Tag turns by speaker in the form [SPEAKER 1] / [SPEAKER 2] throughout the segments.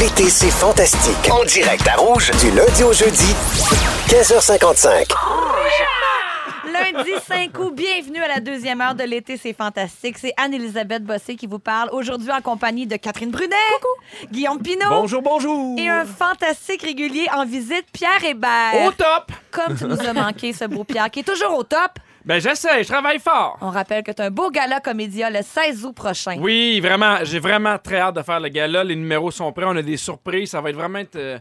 [SPEAKER 1] L'été, c'est fantastique. En direct à Rouge, du lundi au jeudi, 15h55.
[SPEAKER 2] Lundi 5 août, bienvenue à la deuxième heure de l'été, c'est fantastique. C'est Anne-Elisabeth Bossé qui vous parle aujourd'hui en compagnie de Catherine Brunet, Guillaume Pinot
[SPEAKER 3] Bonjour, bonjour.
[SPEAKER 2] et un fantastique régulier en visite, Pierre Hébert.
[SPEAKER 3] Au top.
[SPEAKER 2] Comme tu nous as manqué, ce beau Pierre, qui est toujours au top.
[SPEAKER 3] Ben j'essaie, je travaille fort.
[SPEAKER 2] On rappelle que tu as un beau gala comédia le 16 août prochain.
[SPEAKER 3] Oui, vraiment, j'ai vraiment très hâte de faire le gala. Les numéros sont prêts, on a des surprises, ça va être vraiment être, euh,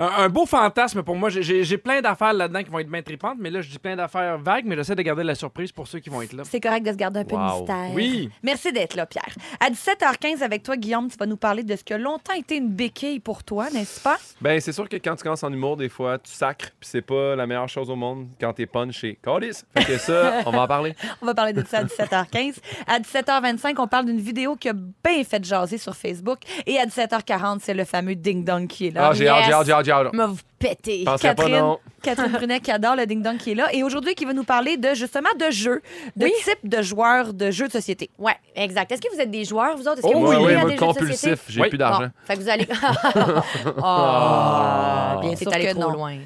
[SPEAKER 3] un, un beau fantasme pour moi. J'ai- J'ai j'ai plein d'affaires là-dedans qui vont être bien tripantes, mais là je dis plein d'affaires vagues, mais j'essaie de garder la surprise pour ceux qui vont être là.
[SPEAKER 2] C'est correct de se garder un peu de
[SPEAKER 3] Wow.
[SPEAKER 2] mystère.
[SPEAKER 3] Oui.
[SPEAKER 2] Merci d'être là, Pierre. À 17h15 avec toi, Guillaume, tu vas nous parler de ce qui a longtemps été une béquille pour toi, n'est-ce pas?
[SPEAKER 4] Ben, c'est sûr que quand tu commences en humour, des fois, tu sacres, puis c'est pas la meilleure chose au monde quand t'es punché. Calice! Fait que ça, on va en parler.
[SPEAKER 2] On va parler de ça à 17h15. À 17h25, on parle d'une vidéo qui a bien fait jaser sur Facebook. Et à 17h40, c'est le fameux ding-dong qui est là.
[SPEAKER 4] Ah, j'ai hâte, j'ai hâte, j'ai hâte, j'ai hâte.
[SPEAKER 5] m'a vous pété.
[SPEAKER 4] Pensais pas,
[SPEAKER 2] Catherine,
[SPEAKER 4] non.
[SPEAKER 2] Catherine Brunet qui adore le ding-dong qui est là. Et aujourd'hui, qui va nous parler de justement de jeux, de type de joueurs de jeux de société.
[SPEAKER 5] Ouais, exact. Est-ce que vous êtes des joueurs, vous autres? Est-ce que
[SPEAKER 4] Oh
[SPEAKER 5] vous
[SPEAKER 4] oui,
[SPEAKER 5] jouez
[SPEAKER 4] oui,
[SPEAKER 5] à
[SPEAKER 4] moi,
[SPEAKER 5] des jeux de
[SPEAKER 4] compulsif,
[SPEAKER 5] société?
[SPEAKER 4] j'ai
[SPEAKER 3] Oui.
[SPEAKER 4] plus
[SPEAKER 5] Bon,
[SPEAKER 4] d'argent.
[SPEAKER 5] fait que vous allez. Ah,
[SPEAKER 2] Ah,
[SPEAKER 5] bien sûr que non.
[SPEAKER 2] loin.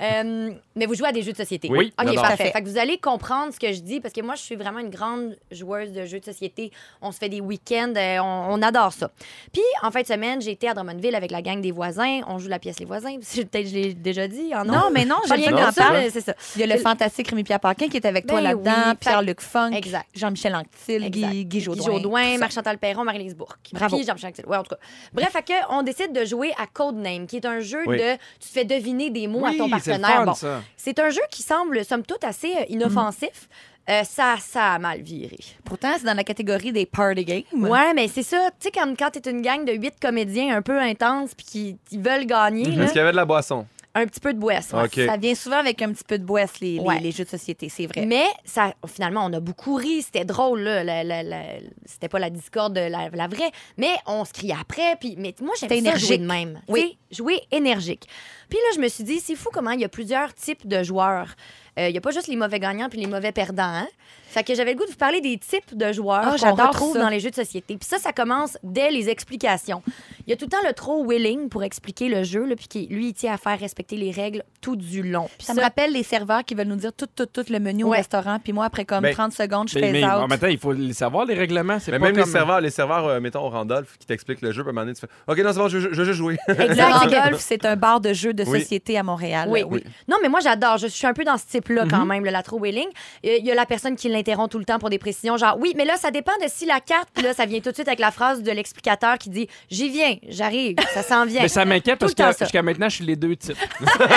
[SPEAKER 5] Euh, mais vous jouez à des jeux de société.
[SPEAKER 4] Oui,
[SPEAKER 5] OK,
[SPEAKER 4] j'adore.
[SPEAKER 5] parfait.
[SPEAKER 2] Parfait.
[SPEAKER 5] Fait que vous allez comprendre ce que je dis parce que moi, je suis vraiment une grande joueuse de jeux de société. On se fait des week-ends, euh, on, on adore ça. Puis, en fin de semaine, j'ai été à Drummondville avec la gang des voisins. On joue la pièce Les voisins. C'est- Peut-être que je l'ai déjà dit. en
[SPEAKER 2] Non, mais non,
[SPEAKER 5] Pas
[SPEAKER 2] j'ai
[SPEAKER 5] rien
[SPEAKER 2] rien
[SPEAKER 5] que
[SPEAKER 2] d'en
[SPEAKER 5] ça,
[SPEAKER 2] parler.
[SPEAKER 5] mais c'est ça.
[SPEAKER 2] Il y a le fantastique Rémi-Pierre Paquin qui est avec toi
[SPEAKER 5] Ben
[SPEAKER 2] là-dedans,
[SPEAKER 5] oui,
[SPEAKER 2] Pierre-Luc Funk,
[SPEAKER 5] Exact.
[SPEAKER 2] Jean-Michel Anctil,
[SPEAKER 5] Exact.
[SPEAKER 2] Guy, Guy Jodoin. tout ça.
[SPEAKER 5] Marc-Chantal Perron, Marie-Lise Bourque.
[SPEAKER 2] Bravo.
[SPEAKER 5] Puis Jean-Michel Anctil. Ouais, en tout cas. Bref, fait que on décide de jouer à Codename, qui est un jeu
[SPEAKER 4] Oui.
[SPEAKER 5] de tu te fais deviner des mots
[SPEAKER 3] oui,
[SPEAKER 5] à
[SPEAKER 3] c'est
[SPEAKER 5] ton
[SPEAKER 3] le
[SPEAKER 5] partenaire.
[SPEAKER 3] fun,
[SPEAKER 5] Bon,
[SPEAKER 3] ça.
[SPEAKER 5] c'est un jeu qui semble, somme toute, assez euh, inoffensif. Euh, ça, ça a mal viré.
[SPEAKER 2] Pourtant, c'est dans la catégorie des party games.
[SPEAKER 5] Ouais, mais c'est ça. Tu sais, quand, quand t'es une gang de huit comédiens un peu intenses puis qui qui veulent gagner, là,
[SPEAKER 4] Est-ce qu'il y avait de la boisson?
[SPEAKER 5] un petit peu de boisse. ouais.
[SPEAKER 4] OK.
[SPEAKER 2] Ça vient souvent avec un petit peu de boisse, les, les-
[SPEAKER 5] Ouais.
[SPEAKER 2] les jeux de société, c'est vrai.
[SPEAKER 5] Mais ça, finalement, on a beaucoup ri. C'était drôle, là. La- la- la- c'était pas la discorde, la, la vraie. Mais on se crie après. Puis, mais moi, j'aime ça
[SPEAKER 2] C'était
[SPEAKER 5] jouer
[SPEAKER 2] énergique.
[SPEAKER 5] de même.
[SPEAKER 2] Oui.
[SPEAKER 5] Tu sais, Jouer énergique. Puis là, je me suis dit, c'est fou comment il y a plusieurs types de joueurs. Euh, Il y a pas juste les mauvais gagnants puis les mauvais perdants. hein. Fait que j'avais le goût de vous parler des types de joueurs
[SPEAKER 2] Ah,
[SPEAKER 5] qu'on
[SPEAKER 2] j'adore
[SPEAKER 5] retrouve
[SPEAKER 2] ça.
[SPEAKER 5] dans les jeux de société. Puis ça, ça commence dès les explications. Il y a tout le temps le trop willing pour expliquer le jeu, là, puis qui, lui, il tient à faire respecter les règles tout du long. Puis
[SPEAKER 2] Ça me rappelle les serveurs qui veulent nous dire tout, tout, tout le menu au
[SPEAKER 5] Ouais.
[SPEAKER 2] restaurant, puis moi, après comme
[SPEAKER 4] Mais-
[SPEAKER 2] 30 secondes, je
[SPEAKER 3] Ben, Mais-
[SPEAKER 2] fais
[SPEAKER 3] mais en
[SPEAKER 2] out.
[SPEAKER 3] même temps, il faut les savoir les règlements, c'est
[SPEAKER 4] Mais
[SPEAKER 3] pas
[SPEAKER 4] même les
[SPEAKER 3] comme-
[SPEAKER 4] serveurs, les serveurs, euh, mettons, au Randolph, qui t'explique le jeu, puis à un moment donné, tu fais OK, non, c'est bon, je veux je veux juste jouer.
[SPEAKER 2] Exact.
[SPEAKER 5] Exact.
[SPEAKER 2] Randolph, c'est un bar de jeux de
[SPEAKER 4] Oui.
[SPEAKER 2] société à Montréal.
[SPEAKER 5] Oui. Non, mais moi, j'adore. Je suis un peu dans ce type-là quand
[SPEAKER 4] Mhm.
[SPEAKER 5] même, le latro wheeling. Euh, Il y a la personne qui l'interrompt tout le temps pour des précisions, genre oui, mais là, ça dépend de si la carte, puis là, ça vient tout de suite avec la phrase de l'explicateur qui dit j'y viens, j'arrive, ça s'en vient.
[SPEAKER 3] Mais ça m'inquiète
[SPEAKER 5] Tout
[SPEAKER 3] parce
[SPEAKER 5] le temps
[SPEAKER 3] que
[SPEAKER 5] ça.
[SPEAKER 3] jusqu'à maintenant, je suis les deux types.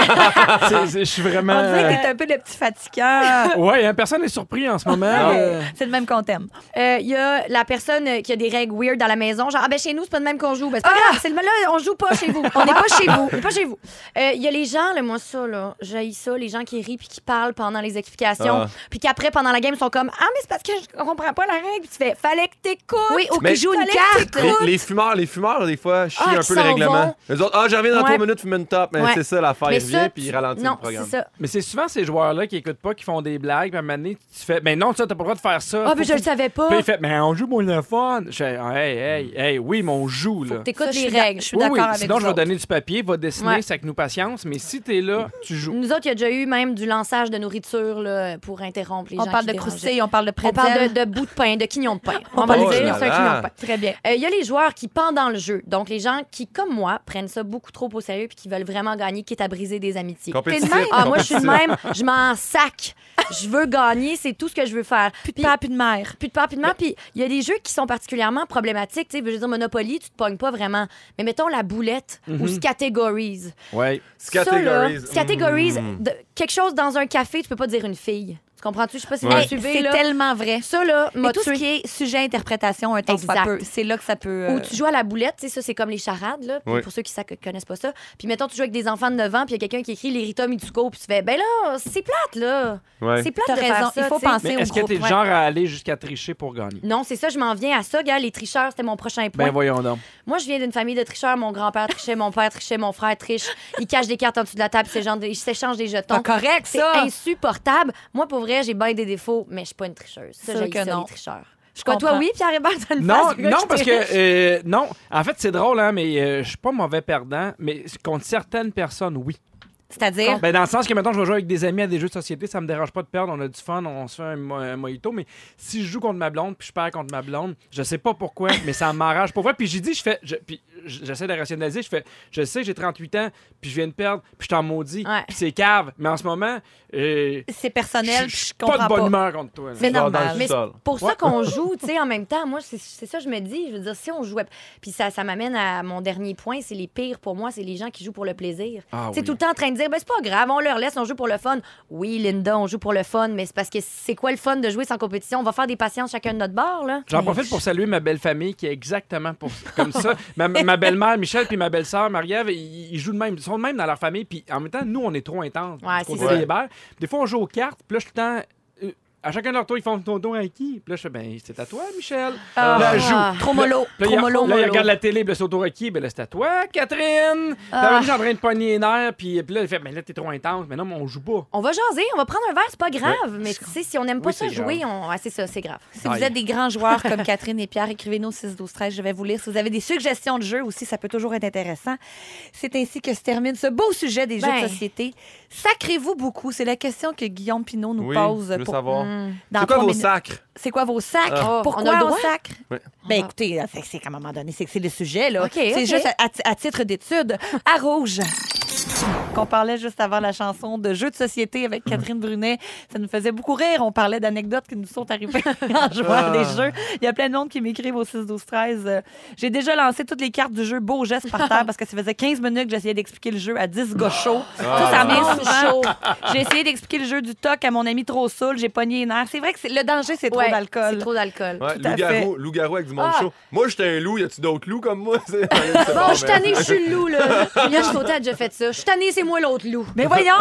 [SPEAKER 3] C'est- c'est- Je suis vraiment.
[SPEAKER 2] On dirait que t'es un peu le petit fatigant.
[SPEAKER 3] Ouais, hein, personne n'est surpris en ce moment. Euh,
[SPEAKER 2] c'est le même qu'on t'aime.
[SPEAKER 5] Euh, Il y a la personne euh, qui a des règles weird dans la maison, genre ah ben chez nous, c'est pas de même qu'on joue. Ben, c'est pas grave, c'est le là, on joue pas chez vous. Ah. On n'est pas chez vous. On est pas chez vous. Euh, Il y a les gens, là, moi, ça, là, j'ai ça, les gens qui rient puis qui parlent pendant les explications,
[SPEAKER 4] Ah.
[SPEAKER 5] puis qu'après, pendant la game, ils sont comme ah, mais c'est parce que je comprends pas la règle, Puis tu fais fallait que t'écoutes.
[SPEAKER 2] Oui, ou
[SPEAKER 4] Mais-
[SPEAKER 2] qui joue une
[SPEAKER 5] Fallait
[SPEAKER 2] carte.
[SPEAKER 4] Les, les fumeurs, les fumeurs, des fois, chient
[SPEAKER 5] Ah,
[SPEAKER 4] un
[SPEAKER 5] qui
[SPEAKER 4] peu le
[SPEAKER 5] s'en
[SPEAKER 4] règlement.
[SPEAKER 5] vont.
[SPEAKER 4] Les autres, ah, je reviens dans
[SPEAKER 5] Ouais.
[SPEAKER 4] trois minutes, fume une top. Mais
[SPEAKER 5] Ouais.
[SPEAKER 4] c'est ça l'affaire.
[SPEAKER 5] Mais
[SPEAKER 4] Il revient,
[SPEAKER 5] ça,
[SPEAKER 4] puis
[SPEAKER 5] tu-
[SPEAKER 4] il ralentit
[SPEAKER 5] non,
[SPEAKER 4] le programme.
[SPEAKER 5] c'est ça.
[SPEAKER 3] Mais c'est souvent ces joueurs-là qui écoutent pas, qui font des blagues, puis à un moment donné, tu fais, mais non, ça, t'as pas le droit de faire ça.
[SPEAKER 5] Ah,
[SPEAKER 3] Faut
[SPEAKER 5] mais je
[SPEAKER 3] que
[SPEAKER 5] le savais pas.
[SPEAKER 3] Puis Ben, il fait, mais on joue mon téléphone. Je fais, Ah, hey,
[SPEAKER 2] Hmm.
[SPEAKER 3] hey, hey, oui, mais on joue,
[SPEAKER 5] Faut
[SPEAKER 3] là.
[SPEAKER 5] que t'écoutes
[SPEAKER 2] Ça, je
[SPEAKER 5] les
[SPEAKER 2] suis d'ac-
[SPEAKER 5] règles.
[SPEAKER 2] je suis
[SPEAKER 3] Oui,
[SPEAKER 2] d'accord
[SPEAKER 3] oui,
[SPEAKER 2] avec
[SPEAKER 3] sinon
[SPEAKER 2] vous
[SPEAKER 3] je vais
[SPEAKER 2] autres. Hmm.
[SPEAKER 3] donner du papier, va dessiner,
[SPEAKER 5] Ouais.
[SPEAKER 3] c'est avec nous patience, mais si t'es là, tu joues.
[SPEAKER 5] Nous autres, il y a déjà eu même du lançage de nourriture là, pour interrompre les gens.
[SPEAKER 2] On parle
[SPEAKER 5] qui
[SPEAKER 2] de
[SPEAKER 5] dérangeaient.
[SPEAKER 2] croustilles, on parle de
[SPEAKER 5] On
[SPEAKER 2] prétzel.
[SPEAKER 5] parle de, de bout de pain, de quignon de pain.
[SPEAKER 2] On
[SPEAKER 5] On, va
[SPEAKER 2] parle
[SPEAKER 5] le
[SPEAKER 2] de-
[SPEAKER 5] dire, c'est un
[SPEAKER 4] Oh là
[SPEAKER 5] quignon de
[SPEAKER 4] là.
[SPEAKER 5] pain.
[SPEAKER 2] Très bien.
[SPEAKER 5] Euh, Il y a les joueurs qui pendant le jeu, donc les gens qui, comme moi, prennent ça beaucoup trop au sérieux puis qui veulent vraiment gagner, quitte à briser des amitiés.
[SPEAKER 4] Compétitif.
[SPEAKER 2] T'es de même?
[SPEAKER 5] Ah, moi, je suis le
[SPEAKER 4] compétitif.
[SPEAKER 5] même, je m'en sac. Je veux gagner, c'est tout ce que je veux faire.
[SPEAKER 2] Plus de père, plus de mère.
[SPEAKER 5] Puis de peur, puis de mort. Puis il y a des jeux qui sont particulièrement problématiques. Tu sais, je veux dire, Monopoly, tu te pognes pas vraiment. Mais mettons la boulette ou Scategories.
[SPEAKER 2] Hmm.
[SPEAKER 3] Ouais.
[SPEAKER 4] Categories.
[SPEAKER 5] Ça, là, Categories.
[SPEAKER 4] Mm.
[SPEAKER 5] de- quelque chose dans un café, tu peux pas dire une fille. Tu comprends-tu? Je sais pas si vous
[SPEAKER 4] Ouais.
[SPEAKER 5] me suivez,
[SPEAKER 2] C'est
[SPEAKER 5] là.
[SPEAKER 2] tellement vrai.
[SPEAKER 5] Ça, là,
[SPEAKER 2] Mais
[SPEAKER 5] m'a
[SPEAKER 2] tout ce
[SPEAKER 5] tué.
[SPEAKER 2] qui est sujet-interprétation, un temps soit
[SPEAKER 5] Exact.
[SPEAKER 2] peu, c'est là que ça peut... euh,
[SPEAKER 5] Ou tu joues à la boulette, tu sais, ça, c'est comme les charades, là. Puis
[SPEAKER 4] Oui.
[SPEAKER 5] Pour ceux qui ne connaissent pas ça. Puis mettons, tu joues avec des enfants de 9 ans, puis il y a quelqu'un qui écrit l'Erita Mitsuko, puis tu fais, ben là, c'est plate, là.
[SPEAKER 4] Mm. Ouais.
[SPEAKER 5] C'est plate
[SPEAKER 2] T'as
[SPEAKER 5] de
[SPEAKER 2] raison,
[SPEAKER 5] faire ça,
[SPEAKER 2] il faut
[SPEAKER 5] tu sais.
[SPEAKER 2] penser
[SPEAKER 3] Mais
[SPEAKER 2] au
[SPEAKER 3] est-ce que
[SPEAKER 2] groupe,
[SPEAKER 3] t'es le
[SPEAKER 2] ouais. Hmm.
[SPEAKER 3] genre à aller jusqu'à tricher pour gagner?
[SPEAKER 5] Non, c'est ça, je m'en viens à ça, gars. Les tricheurs, c'était mon prochain point.
[SPEAKER 3] Ben voyons donc.
[SPEAKER 5] Moi, je viens d'une famille de tricheurs. Mon grand-père trichait, mon père trichait, mon frère triche. Ils cachent des cartes en dessous de la table, ces gens de- ils s'échangent des jetons.
[SPEAKER 2] Pas correct,
[SPEAKER 5] C'est
[SPEAKER 2] ça!
[SPEAKER 5] insupportable. Moi, pour vrai, j'ai bien des défauts, mais je suis pas une tricheuse. Ça,
[SPEAKER 2] Sûr
[SPEAKER 5] j'ai
[SPEAKER 2] que
[SPEAKER 5] ça,
[SPEAKER 2] non.
[SPEAKER 5] les tricheurs.
[SPEAKER 2] Je
[SPEAKER 5] Quoi,
[SPEAKER 2] comprends.
[SPEAKER 5] toi, oui, Pierre Hébert, t'as une
[SPEAKER 3] Non,
[SPEAKER 5] face de gars
[SPEAKER 3] non,
[SPEAKER 5] qui
[SPEAKER 3] parce
[SPEAKER 5] triche.
[SPEAKER 3] que. euh, non, en fait, c'est drôle, hein, mais euh, je suis pas mauvais perdant, mais contre certaines personnes, oui.
[SPEAKER 2] C'est-à-dire,
[SPEAKER 3] Ben, dans le sens que, maintenant je vais jouer avec des amis à des jeux de société, ça me dérange pas de perdre, on a du fun, on se fait un, mo- un mojito, mais si je joue contre ma blonde, puis je perds contre ma blonde, je sais pas pourquoi, mais ça m'arrache. Pour vrai, puis j'ai dit, je fais. je- puis j'essaie de rationaliser, je fais, je sais, j'ai 38 ans, puis je viens de perdre, puis je t'en maudis,
[SPEAKER 5] Ouais.
[SPEAKER 3] puis c'est cave, mais en ce moment, euh,
[SPEAKER 2] c'est
[SPEAKER 3] je
[SPEAKER 2] personnel,
[SPEAKER 3] je
[SPEAKER 2] puis
[SPEAKER 3] suis
[SPEAKER 2] je
[SPEAKER 3] pas de
[SPEAKER 2] comprends
[SPEAKER 3] bonne
[SPEAKER 2] pas.
[SPEAKER 3] humeur contre toi. là.
[SPEAKER 2] Mais
[SPEAKER 4] Je dors dans
[SPEAKER 2] normal.
[SPEAKER 4] le
[SPEAKER 5] Mais c'est
[SPEAKER 4] sous-sol.
[SPEAKER 5] pour ça qu'on joue, tu sais, en même temps. Moi, c'est c'est ça, je me dis. Je veux dire, si on jouait. Puis ça, ça m'amène à mon dernier point. C'est les pires pour moi, c'est les gens qui jouent pour le plaisir.
[SPEAKER 3] Ah
[SPEAKER 5] tu sais,
[SPEAKER 3] oui.
[SPEAKER 5] tout le temps en train de dire, ben, c'est pas grave, on leur laisse, on joue pour le fun. Oui, Linda, on joue pour le fun, mais c'est parce que c'est quoi le fun de jouer sans compétition? On va faire des patients chacun de notre bord, là.
[SPEAKER 3] J'en profite pour saluer ma belle famille qui est exactement pour, comme ça. ma ma belle-mère, Michel, puis ma belle-sœur, Marie-Ève, ils, ils jouent de même. Ils sont de même dans leur famille. Puis en même temps, nous, on est trop intenses.
[SPEAKER 5] Ouais,
[SPEAKER 3] du côté
[SPEAKER 5] c'est ça.
[SPEAKER 3] des Hébert. Des fois, on joue aux cartes. Puis là, je suis tout le temps. euh, À chacun de leur tour, ils font ton don à qui? Puis là, je fais, ben, c'est à toi, Michel.
[SPEAKER 5] Ah.
[SPEAKER 3] Là, je joue.
[SPEAKER 5] Trop mollo,
[SPEAKER 3] Là,
[SPEAKER 5] trop
[SPEAKER 3] il,
[SPEAKER 5] mollo,
[SPEAKER 3] là, il
[SPEAKER 5] mollo.
[SPEAKER 3] regarde la télé, puis là, c'est autour à qui? Ben là, c'est à toi, Catherine.
[SPEAKER 5] Ah.
[SPEAKER 3] T'avais déjà en train de pogner les nerfs. Puis, puis là, il fait, ben là, t'es trop intense. Mais non, mais on joue pas.
[SPEAKER 5] On va jaser, on va prendre un verre, c'est pas grave. mais tu sais, si on n'aime pas
[SPEAKER 3] Oui,
[SPEAKER 5] ça
[SPEAKER 3] c'est grave.
[SPEAKER 5] jouer, on... ah, c'est ça, c'est grave.
[SPEAKER 2] Si vous
[SPEAKER 3] Aïe.
[SPEAKER 2] êtes des grands joueurs comme Catherine et Pierre, écrivez-nous au 6 12 13 Je vais vous lire. Si vous avez des suggestions de jeux aussi, ça peut toujours être intéressant. C'est ainsi que se termine ce beau sujet des jeux
[SPEAKER 5] Ben.
[SPEAKER 2] de société. Sacrez-vous beaucoup. C'est la question que Guillaume Pinot nous
[SPEAKER 4] Oui,
[SPEAKER 2] pose
[SPEAKER 4] je veux
[SPEAKER 2] pour
[SPEAKER 4] savoir.
[SPEAKER 2] dans
[SPEAKER 4] C'est quoi
[SPEAKER 2] trois
[SPEAKER 4] vos
[SPEAKER 2] minutes.
[SPEAKER 4] sacres?
[SPEAKER 2] C'est quoi vos sacres?
[SPEAKER 5] Ah.
[SPEAKER 2] Pourquoi
[SPEAKER 5] On a le
[SPEAKER 2] on,
[SPEAKER 5] droit?
[SPEAKER 2] sacre?
[SPEAKER 4] Ouais.
[SPEAKER 2] Ben écoutez, là, c'est c'est qu'à un moment donné, c'est c'est le sujet, là.
[SPEAKER 5] OK,
[SPEAKER 2] c'est
[SPEAKER 5] OK.
[SPEAKER 2] juste à, à- à titre d'étude. À rouge. Qu'on parlait juste avant la chanson de Jeux de société avec Catherine Brunet. Ça nous faisait beaucoup rire. On parlait d'anecdotes qui nous sont arrivées en jouant à des jeux. Il y a plein de monde qui m'écrivent au 6, 12, 13. euh, J'ai déjà lancé toutes les cartes du jeu Beau geste par terre parce que ça faisait 15 minutes que j'essayais d'expliquer le jeu à 10 gars chauds. Ça, ça
[SPEAKER 5] non.
[SPEAKER 2] revient souvent. J'ai essayé d'expliquer le jeu du toc à mon ami trop saoul. J'ai pogné les nerfs. C'est vrai que c'est- le danger, c'est trop
[SPEAKER 5] Ouais,
[SPEAKER 2] d'alcool.
[SPEAKER 5] C'est trop d'alcool.
[SPEAKER 4] Ouais,
[SPEAKER 2] à
[SPEAKER 4] loup-garou, loup-garou avec du monde
[SPEAKER 5] Ah.
[SPEAKER 4] chaud. Moi, j'étais un loup, y a-tu d'autres loups comme moi? C'est-
[SPEAKER 5] Bon, je suis tannée, je suis le loup, là. Julien Sauté a déjà fait ça. Je suis tannée, c'est moi l'autre loup. Ah
[SPEAKER 2] Mais voyons!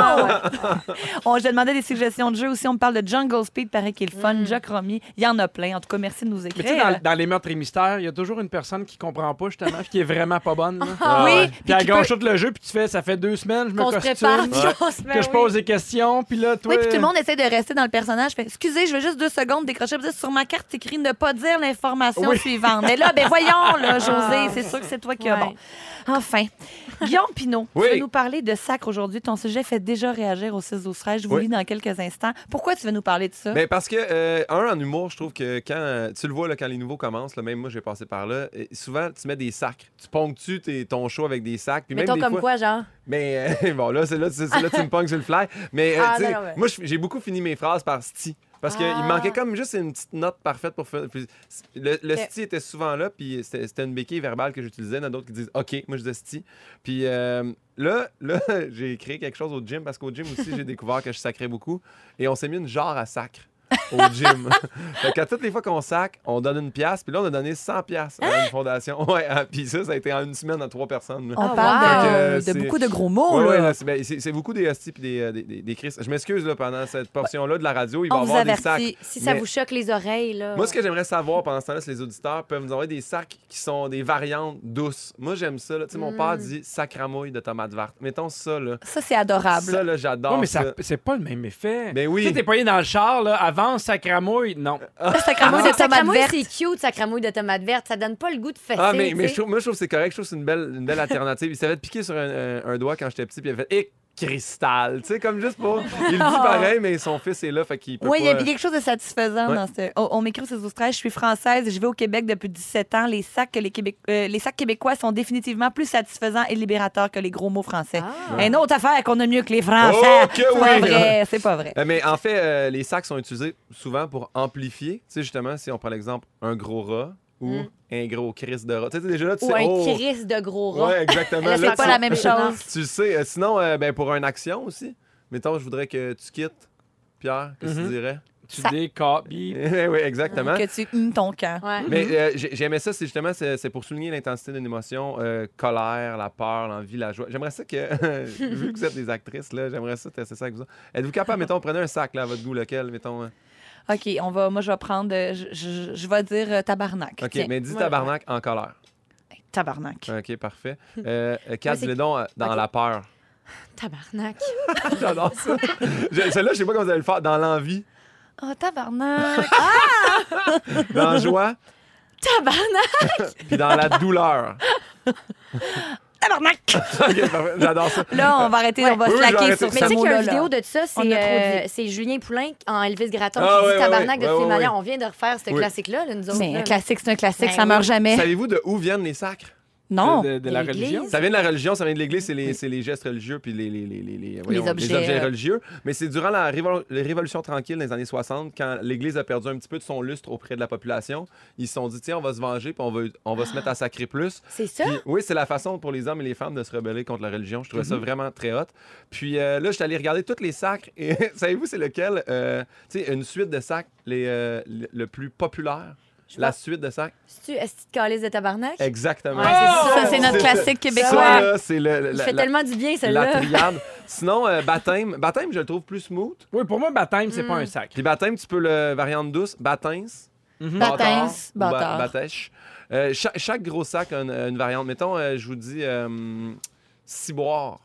[SPEAKER 2] on, je demandais des suggestions de jeux aussi. On me parle de Jungle Speed, pareil qu'il est le fun. Jack Romy, il y en a plein. En tout cas, merci de nous
[SPEAKER 3] Mais tu sais,
[SPEAKER 5] euh,
[SPEAKER 3] dans,
[SPEAKER 2] écrire.
[SPEAKER 3] dans les meurtres et mystères, il y a toujours une personne qui comprend pas, justement, puis qui est vraiment pas bonne. là.
[SPEAKER 5] Ah oui,
[SPEAKER 3] ouais.
[SPEAKER 5] puis
[SPEAKER 3] Puis elle
[SPEAKER 5] qui
[SPEAKER 3] gâche tout le jeu, puis tu fais, ça fait deux semaines, je me
[SPEAKER 5] Qu'on se
[SPEAKER 3] costume.
[SPEAKER 5] prépare, puis on se met.
[SPEAKER 3] Que je
[SPEAKER 5] oui.
[SPEAKER 3] pose des questions, puis là, toi.
[SPEAKER 2] Oui, puis tout le monde essaie de rester dans le personnage. Je fais, excusez, je veux juste deux secondes décrocher. Puis Sur ma carte, c'est écrit ne pas dire l'information suivante. Mais là, ben voyons, là, José, c'est sûr que c'est toi qui as
[SPEAKER 5] Ouais.
[SPEAKER 2] bon. Enfin, Guillaume Pinot,
[SPEAKER 4] Oui.
[SPEAKER 2] tu veux nous parler de sacre aujourd'hui. Ton sujet fait déjà réagir au 6 12 13. Je vous
[SPEAKER 4] Oui.
[SPEAKER 2] lis dans quelques instants. Pourquoi tu veux nous parler de ça?
[SPEAKER 4] Ben, parce que, euh, un, en humour, je trouve que quand. euh, Tu le vois, là, quand les nouveaux commencent, là, même moi, j'ai passé par là, euh, souvent, tu mets des sacres. Tu ponctues tes- ton show avec des sacres. Puis même
[SPEAKER 5] Mettons
[SPEAKER 4] des
[SPEAKER 5] comme
[SPEAKER 4] fois-
[SPEAKER 5] quoi, genre.
[SPEAKER 4] Mais euh, bon, là, c'est là, c'est c'est là que tu me punks sur le fly. Mais euh,
[SPEAKER 5] Ah,
[SPEAKER 4] tu sais,
[SPEAKER 5] non, non, mais-
[SPEAKER 4] moi, je- j'ai beaucoup fini mes phrases par sti. Parce qu'il
[SPEAKER 5] Ah.
[SPEAKER 4] manquait comme juste une petite note parfaite pour faire. puis le le
[SPEAKER 5] Ok.
[SPEAKER 4] sti était souvent là, puis c'était c'était une béquille verbale que j'utilisais. Il y en a d'autres qui disent OK, moi je disais sti. Puis euh, là, là j'ai créé quelque chose au gym, parce qu'au gym aussi, j'ai découvert que je sacrais beaucoup. Et on s'est mis une genre à sacre au gym. fait qu'à toutes les fois qu'on sac, on donne une pièce, puis là, on a donné 100 pièces
[SPEAKER 5] Hein?
[SPEAKER 4] à une fondation. Ouais, ah, puis ça, ça a été en une semaine à trois personnes. là.
[SPEAKER 2] On
[SPEAKER 5] Ah,
[SPEAKER 2] parle
[SPEAKER 4] wow.
[SPEAKER 2] de-
[SPEAKER 4] Euh,
[SPEAKER 2] de,
[SPEAKER 4] c'est-
[SPEAKER 2] beaucoup de gros mots.
[SPEAKER 4] Ouais, ouais,
[SPEAKER 2] Oh, là.
[SPEAKER 4] là, c'est, ben, c'est- c'est beaucoup des hosties et des, euh, des, des, des crises. Je m'excuse là, pendant cette portion-là de la radio. Il va y
[SPEAKER 2] Bah, On vous
[SPEAKER 4] avoir des sacs.
[SPEAKER 2] avertit.
[SPEAKER 5] Si ça
[SPEAKER 4] Mais-
[SPEAKER 5] vous choque les oreilles, là.
[SPEAKER 4] Moi, ce que j'aimerais savoir pendant ce temps-là, c'est les auditeurs peuvent nous envoyer des sacs qui sont des variantes douces. Moi, j'aime ça. là. Tu sais, mon
[SPEAKER 2] Mm.
[SPEAKER 4] père dit sac à mouille de tomate verte. Mettons ça, là.
[SPEAKER 2] Ça, c'est adorable.
[SPEAKER 4] Ça, là, j'adore.
[SPEAKER 3] Ouais, mais ça- c'est pas le même effet.
[SPEAKER 4] euh, Ben oui.
[SPEAKER 3] Tu sais, t'es poigné dans le char, là, avance, sacramouille. Non.
[SPEAKER 2] Sacramouille
[SPEAKER 5] Ah,
[SPEAKER 2] de tomate
[SPEAKER 5] sacramouille,
[SPEAKER 2] verte.
[SPEAKER 5] c'est cute, sacramouille de tomate verte. Ça donne pas le goût de fesser.
[SPEAKER 4] Ah, mais,
[SPEAKER 5] tu
[SPEAKER 4] mais
[SPEAKER 5] sais.
[SPEAKER 4] je trouve, moi, je trouve que c'est correct. Je trouve que c'est une belle, une belle alternative. Il s'avait piqué sur un, un- un doigt quand j'étais petit, puis il avait fait Eh, cristal. Tu sais, comme juste pour. Il le dit pareil, mais son fils est là, fait qu'il peut
[SPEAKER 2] Ah. Oui, il y a
[SPEAKER 4] pas-
[SPEAKER 2] quelque chose de satisfaisant
[SPEAKER 4] Ouais.
[SPEAKER 2] dans ce. On, on m'écrit ces Australiens, je suis française, je vais au Québec depuis 17 ans. Les sacs, que les, Québec... euh, les sacs québécois sont définitivement plus satisfaisants et libérateurs que les gros mots français.
[SPEAKER 5] Ah.
[SPEAKER 2] Une autre affaire qu'on a mieux que les Français.
[SPEAKER 4] Oh, que
[SPEAKER 2] c'est pas
[SPEAKER 4] oui!
[SPEAKER 2] vrai, c'est pas vrai.
[SPEAKER 4] Euh, mais en fait, euh, les sacs sont utilisés souvent pour amplifier. Tu sais, justement, si on prend l'exemple, un gros rat ou
[SPEAKER 5] Mm.
[SPEAKER 4] un gros cris de rat. Tu sais, déjà là, tu
[SPEAKER 5] Ou
[SPEAKER 4] sais,
[SPEAKER 5] un
[SPEAKER 4] oh,
[SPEAKER 5] crisse de gros rat.
[SPEAKER 4] Ouais, exactement. Là,
[SPEAKER 5] Là, c'est
[SPEAKER 4] tu-
[SPEAKER 5] pas la même chose.
[SPEAKER 4] Tu le sais. Euh, sinon, euh, ben, pour une action aussi, mettons, je voudrais que tu quittes, Pierre, qu'est-ce que
[SPEAKER 3] Mhm.
[SPEAKER 4] tu dirais? Eh
[SPEAKER 3] Tu
[SPEAKER 2] Ça-
[SPEAKER 3] dis, ca- bi-
[SPEAKER 4] oui, exactement.
[SPEAKER 2] Que tu hum ton camp.
[SPEAKER 5] Ouais.
[SPEAKER 4] Mais euh, j'ai- j'aimais ça, c'est justement c'est c'est pour souligner l'intensité d'une émotion, euh, colère, la peur, l'envie, la joie. J'aimerais ça que, vu que vous êtes des actrices, là, j'aimerais ça tester ça avec vous. autres. Êtes-vous capable, mettons, prenez un sac là, à votre goût, lequel, mettons. euh,
[SPEAKER 2] OK, on va, moi, je vais prendre. euh, Je, je- je vais dire euh, tabarnak.
[SPEAKER 4] OK,
[SPEAKER 2] Tiens,
[SPEAKER 4] mais dis
[SPEAKER 5] moi,
[SPEAKER 4] tabarnak en colère.
[SPEAKER 2] Tabarnak.
[SPEAKER 4] OK, parfait. Euh, euh, Kat,
[SPEAKER 5] Moi, c'est-
[SPEAKER 4] dis-le donc, euh, dans
[SPEAKER 5] OK.
[SPEAKER 4] la peur.
[SPEAKER 5] Tabarnak.
[SPEAKER 4] J'adore ça. Je- Celle-là, je sais pas comment vous allez le faire. Dans l'envie.
[SPEAKER 2] Oh, Ah, tabarnak.
[SPEAKER 4] Dans la joie,
[SPEAKER 5] Tabarnak!
[SPEAKER 4] puis dans la douleur.
[SPEAKER 2] Tabarnak!
[SPEAKER 4] Ok, parfait, J'adore ça.
[SPEAKER 2] Là, on va arrêter,
[SPEAKER 5] Ouais.
[SPEAKER 2] on va
[SPEAKER 4] Oui,
[SPEAKER 2] se
[SPEAKER 4] oui,
[SPEAKER 2] laquer
[SPEAKER 4] j'arrête.
[SPEAKER 2] sur
[SPEAKER 4] Mais
[SPEAKER 5] Mais
[SPEAKER 2] ce
[SPEAKER 5] tu sais qu'il y a
[SPEAKER 2] mot-là.
[SPEAKER 5] une
[SPEAKER 2] là.
[SPEAKER 5] vidéo de ça,
[SPEAKER 2] On
[SPEAKER 5] c'est
[SPEAKER 2] a trop
[SPEAKER 5] euh, c'est Julien Poulain en Elvis Gratton
[SPEAKER 4] Ah,
[SPEAKER 5] qui
[SPEAKER 4] ouais,
[SPEAKER 5] dit
[SPEAKER 4] ouais,
[SPEAKER 5] Tabarnak de
[SPEAKER 4] ouais,
[SPEAKER 5] toutes les
[SPEAKER 4] ouais,
[SPEAKER 5] manières.
[SPEAKER 4] ouais.
[SPEAKER 5] On vient de refaire ce
[SPEAKER 4] Oui.
[SPEAKER 5] classique-là, là, nous autres.
[SPEAKER 2] C'est
[SPEAKER 5] là.
[SPEAKER 2] un classique, c'est un classique,
[SPEAKER 5] Ben
[SPEAKER 2] ça meurt
[SPEAKER 5] oui.
[SPEAKER 2] jamais.
[SPEAKER 4] Savez-vous de où viennent les sacres?
[SPEAKER 2] Non.
[SPEAKER 3] De, de- de la
[SPEAKER 5] L'Église.
[SPEAKER 3] religion.
[SPEAKER 4] Ça vient de la religion, ça vient de l'Église, c'est les, c'est les gestes religieux puis les, les, les, les, les- voyons,
[SPEAKER 5] objets, euh.
[SPEAKER 4] religieux. Mais c'est durant la révol- la Révolution tranquille dans les années 60, quand l'Église a perdu un petit peu de son lustre auprès de la population, ils se sont dit, tiens, on va se venger puis on va, on va se mettre à sacrer plus.
[SPEAKER 5] C'est ça? Mhm.
[SPEAKER 4] Puis, oui, c'est la façon pour les hommes et les femmes de se rebeller contre la religion. Je trouvais ça vraiment très hot. Puis euh, là, je suis allé regarder tous les sacres et savez-vous, c'est lequel, euh, tu sais, une suite de sacres les, euh, le le plus populaire?
[SPEAKER 5] Je
[SPEAKER 4] La
[SPEAKER 5] pense-
[SPEAKER 4] suite de sacres?
[SPEAKER 5] C'est-tu Esti de calice de Tabarnak?
[SPEAKER 4] Exactement.
[SPEAKER 5] Ouais, c'est ça.
[SPEAKER 2] Ça, c'est notre
[SPEAKER 4] C'est ça.
[SPEAKER 2] classique
[SPEAKER 4] Ça,
[SPEAKER 2] québécois.
[SPEAKER 4] là, c'est le- le-
[SPEAKER 5] Il
[SPEAKER 4] la-
[SPEAKER 5] fait
[SPEAKER 4] la-
[SPEAKER 5] tellement du bien,
[SPEAKER 4] la
[SPEAKER 5] celle-là.
[SPEAKER 4] triade. Sinon, euh, baptême. Baptême, je le trouve plus smooth.
[SPEAKER 3] Oui, pour moi, baptême, c'est pas
[SPEAKER 5] Hmm.
[SPEAKER 3] un sac.
[SPEAKER 4] Puis baptême, tu peux le variante douce, baptême.
[SPEAKER 2] Baptême, bâtard.
[SPEAKER 4] Batèche. Euh, cha- chaque gros sac a une, une variante. Mettons, euh, je vous dis euh, ciboire.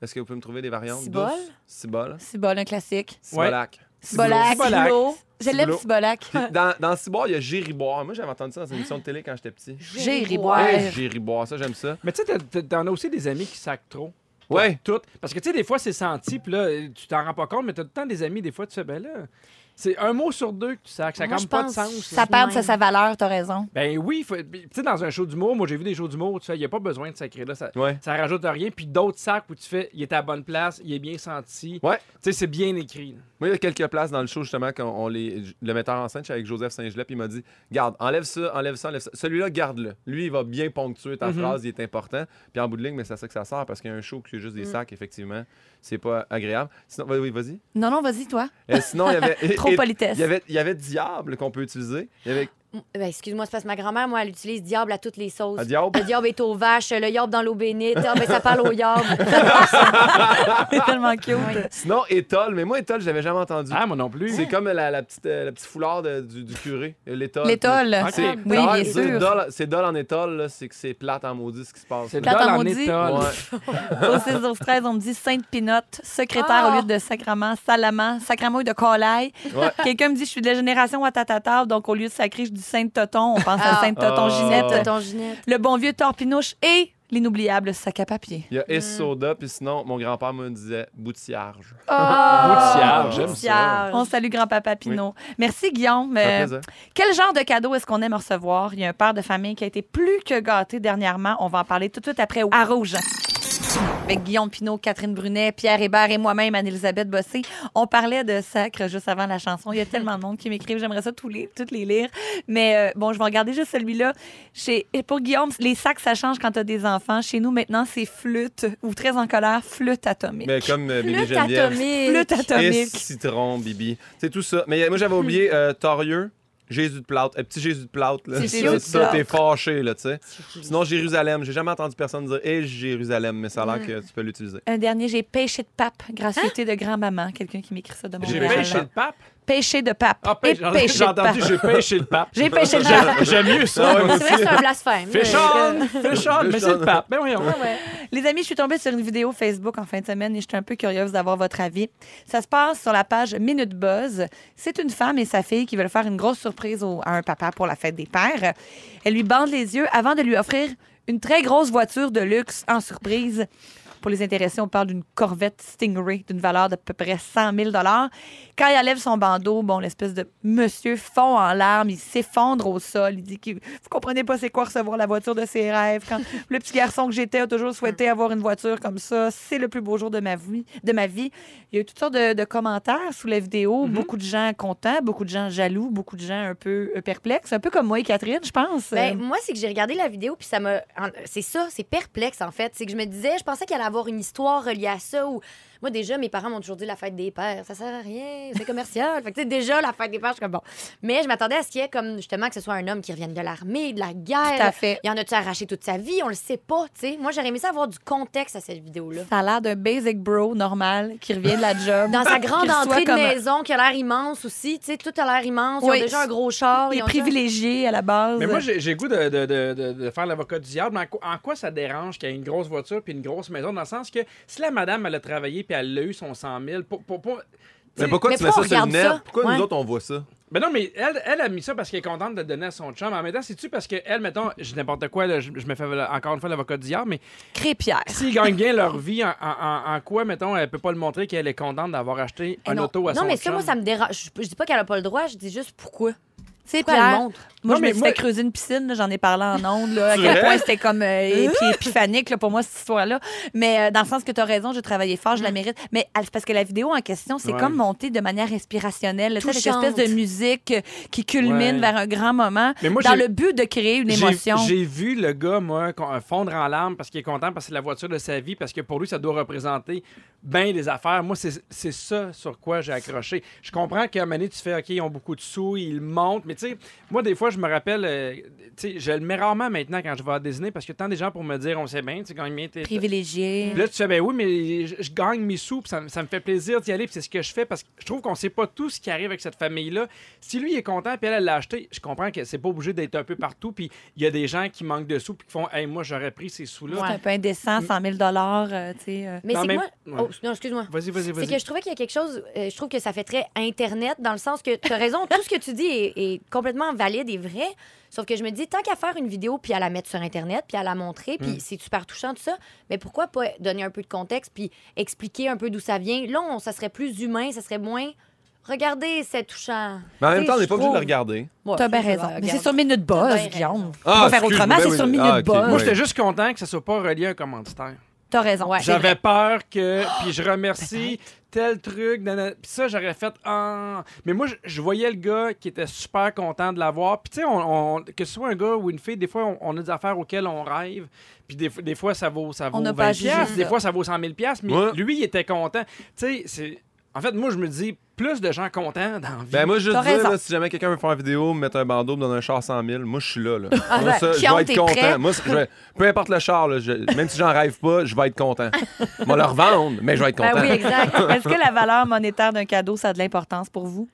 [SPEAKER 4] Est-ce que vous pouvez me trouver des variantes
[SPEAKER 5] Cibole?
[SPEAKER 4] douces? Cibole.
[SPEAKER 2] Cibole, un classique.
[SPEAKER 4] Cibolac.
[SPEAKER 2] Cibolac.
[SPEAKER 3] Cibolac.
[SPEAKER 2] Cibolo. Je l'aime,
[SPEAKER 4] Cibolo.
[SPEAKER 2] Cibolac.
[SPEAKER 4] Puis Dans, dans ciboire, il y a gériboire. Moi, j'avais entendu ça dans une émission de télé quand j'étais petit.
[SPEAKER 2] Gériboire.
[SPEAKER 4] Hey, gériboire, ça, j'aime ça.
[SPEAKER 3] Mais tu sais, t'as- t'as- t'en as aussi des amis qui sacent trop.
[SPEAKER 4] Ouais.
[SPEAKER 3] Toutes. Parce que tu sais, des fois, c'est senti, puis là, tu t'en rends pas compte, mais t'as tout le temps des amis, des fois, tu fais, ben là, c'est un mot sur deux que tu sacs. Ça n'a
[SPEAKER 5] Moi,
[SPEAKER 3] quand
[SPEAKER 5] je
[SPEAKER 3] même pas de
[SPEAKER 5] pense-
[SPEAKER 3] sens. là.
[SPEAKER 2] Ça perd de sa valeur, t'as raison.
[SPEAKER 3] Ben oui, faut- puis, tu sais, dans un show d'humour, moi j'ai vu des shows d'humour, où tu fais, il n'y a pas besoin de sacrer là, ça,
[SPEAKER 4] Ouais.
[SPEAKER 3] ça rajoute rien. Puis d'autres sacs où tu fais, il est à la bonne place, il est bien senti.
[SPEAKER 4] Ouais.
[SPEAKER 3] Tu sais, c'est bien écrit. là.
[SPEAKER 4] Moi, il y a quelques places dans le show, justement, quand on les, le metteur en scène, j'étais avec Joseph Saint-Gelais, puis il m'a dit Garde, enlève ça, enlève ça, enlève ça. Celui-là, garde-le. Lui, il va bien ponctuer ta
[SPEAKER 3] Mhm.
[SPEAKER 4] phrase, il est important. Puis en bout de ligne, mais c'est ça que ça sort, parce qu'il y a un show qui est juste des
[SPEAKER 2] Mhm.
[SPEAKER 4] sacs, effectivement. C'est pas agréable. Sinon, oui, oui, vas-y.
[SPEAKER 2] Non, non, vas-y, toi.
[SPEAKER 4] Euh, sinon, il y avait.
[SPEAKER 2] Trop
[SPEAKER 4] et-
[SPEAKER 2] politesse.
[SPEAKER 4] Il y avait, il y avait Diable qu'on peut utiliser. Il y avait
[SPEAKER 5] Ben, excuse-moi, c'est parce que ma grand-mère, moi, elle utilise diable à toutes les sauces.
[SPEAKER 4] Ah, Diable.
[SPEAKER 5] Le diable est aux vaches, le diable dans l'eau bénite. Ah, ben, ça parle au diable.
[SPEAKER 2] C'est tellement cute.
[SPEAKER 4] Sinon, Étole. Mais moi, Étole, je l'avais jamais entendu.
[SPEAKER 3] Ah, moi non plus.
[SPEAKER 4] C'est comme la, la petite, euh, la petite foulard de- du, du curé, euh, l'étole.
[SPEAKER 2] L'étole.
[SPEAKER 3] Ok.
[SPEAKER 4] C'est-
[SPEAKER 2] Ah, Oui,
[SPEAKER 4] ça a
[SPEAKER 2] bien
[SPEAKER 4] l'air de dire
[SPEAKER 2] sûr.
[SPEAKER 4] dol- C'est dol en étole, là, c'est que c'est plate en maudit ce qui se passe.
[SPEAKER 3] C'est le
[SPEAKER 2] Plate
[SPEAKER 3] dol
[SPEAKER 2] en
[SPEAKER 3] en
[SPEAKER 2] maudit.
[SPEAKER 3] étole.
[SPEAKER 4] Ouais.
[SPEAKER 2] Au 6 12 13, on me dit Sainte Pinotte, secrétaire au
[SPEAKER 5] Ah!
[SPEAKER 2] lieu de sacrement, salamand, sacramouille de colaille.
[SPEAKER 4] Ouais.
[SPEAKER 2] Quelqu'un me dit je suis de la génération Watatata, donc au lieu de sacré, je dis Sainte Toton. On pense à
[SPEAKER 5] Ah.
[SPEAKER 2] Sainte Toton
[SPEAKER 4] Ah.
[SPEAKER 2] Ginette,
[SPEAKER 4] Sainte
[SPEAKER 5] Tonton Ginette.
[SPEAKER 2] le bon vieux Torpinouche et l'inoubliable sac à papier.
[SPEAKER 4] Il y a
[SPEAKER 5] Mm.
[SPEAKER 4] Essoda, puis sinon, mon grand-père me disait boutillage.
[SPEAKER 3] Boutillard,
[SPEAKER 4] j'aime ça.
[SPEAKER 5] Boutillard.
[SPEAKER 2] On salue grand-papa Pinot. Merci Guillaume.
[SPEAKER 4] Ah. Ça fait
[SPEAKER 2] Euh,
[SPEAKER 4] plaisir.
[SPEAKER 2] Quel genre de cadeau est-ce qu'on aime recevoir? Il y a un père de famille qui a été plus que gâté dernièrement. On va en parler tout de suite après à Rouge. Avec Guillaume Pinot, Catherine Brunet, Pierre Hébert et moi-même, Anne-Elisabeth Bossé. On parlait de sacre juste avant la chanson. Il y a tellement de monde qui m'écrivent. J'aimerais ça tous les, toutes les lire. Mais euh, bon, je vais regarder juste celui-là. Chez, et pour Guillaume, les sacs, ça change quand tu as des enfants. Chez nous, maintenant, c'est flûte ou très en colère, flûte atomique.
[SPEAKER 4] Mais comme euh, Bibi
[SPEAKER 5] Flûte
[SPEAKER 4] Geneviève.
[SPEAKER 5] atomique. Hmm.
[SPEAKER 2] Flûte
[SPEAKER 4] Et
[SPEAKER 2] atomique.
[SPEAKER 4] citron, Bibi. C'est tout ça. Mais euh, moi, j'avais oublié euh, Torieux, Jésus de Plaute. Euh, petit Jésus de Plaute. Là.
[SPEAKER 2] Petit
[SPEAKER 4] Ça,
[SPEAKER 2] Jésus de
[SPEAKER 4] ça, t'es
[SPEAKER 2] Plaute.
[SPEAKER 4] fâché, là, tu sais. Sinon, Jérusalem. J'ai jamais entendu personne dire Hé, Jérusalem, mais ça a
[SPEAKER 5] Hmm.
[SPEAKER 4] l'air que tu peux l'utiliser.
[SPEAKER 2] Un dernier, j'ai pêché de pape, gratuité de grand-maman. Quelqu'un qui m'écrit ça de mon
[SPEAKER 3] J'ai pêché le pape.
[SPEAKER 2] pêché de pape.
[SPEAKER 3] Ah,
[SPEAKER 2] et
[SPEAKER 3] pêche- j'ai
[SPEAKER 2] pêché
[SPEAKER 3] j'ai
[SPEAKER 2] de pape.
[SPEAKER 3] entendu, j'ai pêché le pape.
[SPEAKER 2] J'ai pêché le pape.
[SPEAKER 3] J'aime mieux ça.
[SPEAKER 5] C'est vrai que c'est un blasphème. Ah
[SPEAKER 3] Féchonne, féchonne, mais c'est le pape. Ben oui, on
[SPEAKER 2] Les amis, je suis tombée sur une vidéo Facebook en fin de semaine et j'étais un peu curieuse d'avoir votre avis. Ça se passe sur la page Minute Buzz. C'est une femme et sa fille qui veulent faire une grosse surprise au- à un papa pour la fête des pères. Elle lui bande les yeux avant de lui offrir une très grosse voiture de luxe en surprise. Pour les intéressés, on parle d'une Corvette Stingray d'une valeur d'à peu près 100 000 Quand il enlève son bandeau, bon, l'espèce de monsieur fond en larmes, il s'effondre au sol, il dit que vous comprenez pas c'est quoi recevoir la voiture de ses rêves. Quand le petit garçon que j'étais a toujours souhaité avoir une voiture comme ça, c'est le plus beau jour de ma vie. De ma vie. Il y a eu toutes sortes de, de commentaires sous la vidéo, beaucoup de gens contents, beaucoup de gens jaloux, beaucoup de gens un peu euh, perplexes, un peu comme moi et Catherine, je pense. Euh,
[SPEAKER 5] Ben, moi, c'est que j'ai regardé la vidéo, puis ça me. en- C'est ça, c'est perplexe, en fait. C'est que je me disais, je pensais qu'il allait avoir une histoire reliée à ça, ou. Moi, déjà, mes parents m'ont toujours dit la fête des pères, ça sert à rien, c'est commercial. fait que, tu sais, déjà, la fête des pères, je suis comme bon. Mais je m'attendais à ce qu'il y ait, comme, justement, que ce soit un homme qui revienne de l'armée, de la guerre.
[SPEAKER 2] Tout à fait.
[SPEAKER 5] Il y en a-tu arraché toute sa vie? On le sait pas, tu sais. Moi, j'aurais aimé ça avoir du contexte à cette vidéo-là.
[SPEAKER 2] Ça a l'air d'un basic bro normal qui revient de la job.
[SPEAKER 5] Dans sa grande
[SPEAKER 2] Qu'il soit
[SPEAKER 5] entrée de
[SPEAKER 2] comme-
[SPEAKER 5] maison, qui a l'air immense aussi, tu sais, tout a l'air immense.
[SPEAKER 2] Oui.
[SPEAKER 5] Ils ont déjà un gros char.
[SPEAKER 2] Il
[SPEAKER 5] ils
[SPEAKER 2] est
[SPEAKER 5] ont déjà-
[SPEAKER 2] privilégié à la base.
[SPEAKER 3] Mais moi, j'ai j'ai goût de, de- de- de- de faire l'avocat du diable. Mais en, quoi- en quoi ça dérange qu'il y ait une grosse voiture puis une grosse maison? Dans le sens que si la madame, elle a travaillé puis elle a eu son 100 000, pour, pour- pour-
[SPEAKER 4] Mais pourquoi
[SPEAKER 5] mais
[SPEAKER 4] tu mets ça
[SPEAKER 5] pourquoi on
[SPEAKER 4] sur le
[SPEAKER 5] regarde
[SPEAKER 4] net
[SPEAKER 5] ça?
[SPEAKER 4] Pourquoi
[SPEAKER 5] Ouais.
[SPEAKER 4] nous autres, on voit ça
[SPEAKER 3] Ben non, mais elle, elle a mis ça parce qu'elle est contente de le donner à son chum. En même temps, c'est-tu parce qu'elle, mettons, je dis n'importe quoi, là, je, je me fais là, encore une fois l'avocat du diable, mais
[SPEAKER 2] Crépierre.
[SPEAKER 3] s'ils gagnent bien leur vie, en, en- en- en quoi, mettons, elle peut pas le montrer qu'elle est contente d'avoir acheté
[SPEAKER 5] Eh
[SPEAKER 3] un
[SPEAKER 5] non.
[SPEAKER 3] auto à
[SPEAKER 5] Non,
[SPEAKER 3] son
[SPEAKER 5] mais ça,
[SPEAKER 3] chum?
[SPEAKER 5] moi, ça me dérange. Je, je dis pas qu'elle a pas le droit, je dis juste pourquoi.
[SPEAKER 2] C'est
[SPEAKER 5] Pourquoi elle
[SPEAKER 2] Pierre.
[SPEAKER 5] le
[SPEAKER 2] Moi,
[SPEAKER 5] montre?
[SPEAKER 3] Non,
[SPEAKER 2] je
[SPEAKER 3] mais
[SPEAKER 2] me suis
[SPEAKER 3] moi-
[SPEAKER 2] fait creuser une piscine, là, j'en ai parlé en ondes, là, à
[SPEAKER 4] C'est
[SPEAKER 2] quel
[SPEAKER 4] vrai?
[SPEAKER 2] point c'était comme euh, épi- épiphanique là, pour moi, cette histoire-là. Mais euh, dans le sens que tu as raison, j'ai travaillé fort, je la mérite. Mais elle- c'est parce que la vidéo en question, c'est
[SPEAKER 3] Ouais.
[SPEAKER 2] comme montée de manière inspirationnelle, là, tu sais, cette
[SPEAKER 5] Touchante.
[SPEAKER 2] espèce de musique euh, qui culmine
[SPEAKER 3] Ouais.
[SPEAKER 2] vers un grand moment,
[SPEAKER 3] Mais moi,
[SPEAKER 2] dans
[SPEAKER 3] j'ai-
[SPEAKER 2] le but de créer une
[SPEAKER 3] J'ai-
[SPEAKER 2] émotion.
[SPEAKER 3] J'ai vu le gars, moi, con- euh, fondre en larmes parce qu'il est content parce que c'est la voiture de sa vie, parce que pour lui, ça doit représenter bien des affaires. Moi, c'est c'est ça sur quoi j'ai accroché. Je comprends qu'à un moment donné, tu fais OK, ils ont beaucoup de sous, ils montent. Mais tu sais, moi, des fois, je me rappelle, euh, tu sais, je le mets rarement maintenant quand je vais à Disney parce que tant des gens pour me dire, on sait bien, tu gagnes bien tes.
[SPEAKER 2] Privilégié.
[SPEAKER 3] Puis là, tu fais, ben oui, mais je, je gagne mes sous, puis ça, me- ça me fait plaisir d'y aller, puis c'est ce que je fais, parce que je trouve qu'on sait pas tout ce qui arrive avec cette famille-là. Si lui il est content, puis elle, elle l'a acheté, je comprends que c'est pas obligé d'être un peu partout, puis il y a des gens qui manquent de sous, puis qui font, hey, moi, j'aurais pris ces sous-là.
[SPEAKER 2] C'est un peu indécent,
[SPEAKER 3] Mm.
[SPEAKER 2] 100 000 euh, tu sais. euh.
[SPEAKER 5] Mais
[SPEAKER 3] Dans
[SPEAKER 5] c'est que
[SPEAKER 3] même-
[SPEAKER 5] moi.
[SPEAKER 3] Ouais.
[SPEAKER 5] Oh, non, excuse-moi.
[SPEAKER 3] Vas-y, vas-y,
[SPEAKER 5] C'est
[SPEAKER 3] vas-y.
[SPEAKER 5] que je trouvais qu'il y a quelque chose, euh, je trouve que ça fait très Internet, dans le sens que tu as raison, tout ce que tu dis est, est complètement valide et vrai, sauf que je me dis, tant qu'à faire une vidéo, puis à la mettre sur Internet, puis à la montrer, puis c'est super touchant, tout ça, mais pourquoi pas donner un peu de contexte, puis expliquer un peu d'où ça vient? Là, on- ça serait plus humain, ça serait moins... Regardez, c'est touchant.
[SPEAKER 4] Mais en
[SPEAKER 5] Tu
[SPEAKER 4] même
[SPEAKER 5] sais,
[SPEAKER 4] temps, on
[SPEAKER 5] je
[SPEAKER 4] n'est pas obligé de le
[SPEAKER 5] trouve-
[SPEAKER 4] regarder.
[SPEAKER 5] Ouais,
[SPEAKER 2] T'as bien
[SPEAKER 5] je
[SPEAKER 2] raison.
[SPEAKER 5] regarde.
[SPEAKER 2] Mais c'est sur Minute Boss,
[SPEAKER 5] T'as bien
[SPEAKER 2] Guillaume.
[SPEAKER 5] raison.
[SPEAKER 2] On va faire
[SPEAKER 4] excuse-moi,
[SPEAKER 2] autrement,
[SPEAKER 4] ben
[SPEAKER 2] c'est
[SPEAKER 4] oui.
[SPEAKER 2] sur Minute
[SPEAKER 4] Ah, ok,
[SPEAKER 2] Buzz.
[SPEAKER 3] Moi,
[SPEAKER 4] oui.
[SPEAKER 3] j'étais juste content que ça soit pas relié à un commanditaire.
[SPEAKER 2] T'as raison.
[SPEAKER 5] Ouais. C'est
[SPEAKER 3] J'avais peur que. Puis
[SPEAKER 2] Oh,
[SPEAKER 3] je remercie tel truc. nanana. Puis ça, j'aurais fait. Ah. Mais moi, je, je voyais le gars qui était super content de l'avoir. Puis tu sais, on- on- que ce soit un gars ou une fille, des fois, on, on a des affaires auxquelles on rêve. Puis des, des fois, ça vaut, ça vaut
[SPEAKER 2] On n'a
[SPEAKER 3] 20
[SPEAKER 2] pas à juger
[SPEAKER 3] piastres. Des
[SPEAKER 2] ça.
[SPEAKER 3] fois, ça vaut 100 000 piastres. Mais
[SPEAKER 4] Ouais.
[SPEAKER 3] lui, il était content. Tu sais, c'est. En fait, moi, je me dis plus de gens contents dans la vie.
[SPEAKER 4] Ben moi, je veux
[SPEAKER 2] T'as
[SPEAKER 4] dire,
[SPEAKER 2] raison.
[SPEAKER 4] là, si jamais quelqu'un veut faire une vidéo, me mettre un bandeau, me donner un char 100 000, moi, je suis là. là. Moi,
[SPEAKER 5] Ah
[SPEAKER 2] ben,
[SPEAKER 5] ouais.
[SPEAKER 4] ça, je
[SPEAKER 5] Chiante,
[SPEAKER 4] vais être
[SPEAKER 5] t'es
[SPEAKER 4] content.
[SPEAKER 5] prêt?
[SPEAKER 4] Moi, c'est- je vais- peu importe le char, là, je- même si j'en rêve pas, je vais être content. On va le revendre, mais je vais être
[SPEAKER 2] Ben
[SPEAKER 4] content.
[SPEAKER 2] oui, exact. Est-ce que la valeur monétaire d'un cadeau, ça a de l'importance pour vous?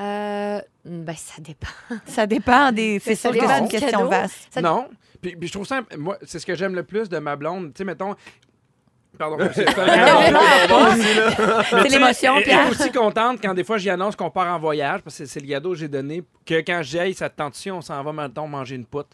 [SPEAKER 5] Euh, ben, ça dépend.
[SPEAKER 2] Ça dépend des. C'est sûr
[SPEAKER 5] Ça
[SPEAKER 2] que
[SPEAKER 5] dépend
[SPEAKER 2] c'est une
[SPEAKER 5] du
[SPEAKER 2] question
[SPEAKER 5] cadeau.
[SPEAKER 2] vaste.
[SPEAKER 5] Ça-
[SPEAKER 3] Non. Puis, puis je trouve ça. Moi, c'est ce que j'aime le plus de ma blonde. Tu sais, mettons. Pardon. c'est-
[SPEAKER 2] C'est l'émotion,
[SPEAKER 3] Elle est
[SPEAKER 2] Pierre.
[SPEAKER 3] aussi contente quand des fois j'y annonce qu'on part en voyage, parce que c'est le cadeau que j'ai donné, que quand j'y aille, ça te tente si on s'en va, maintenant manger une poutre.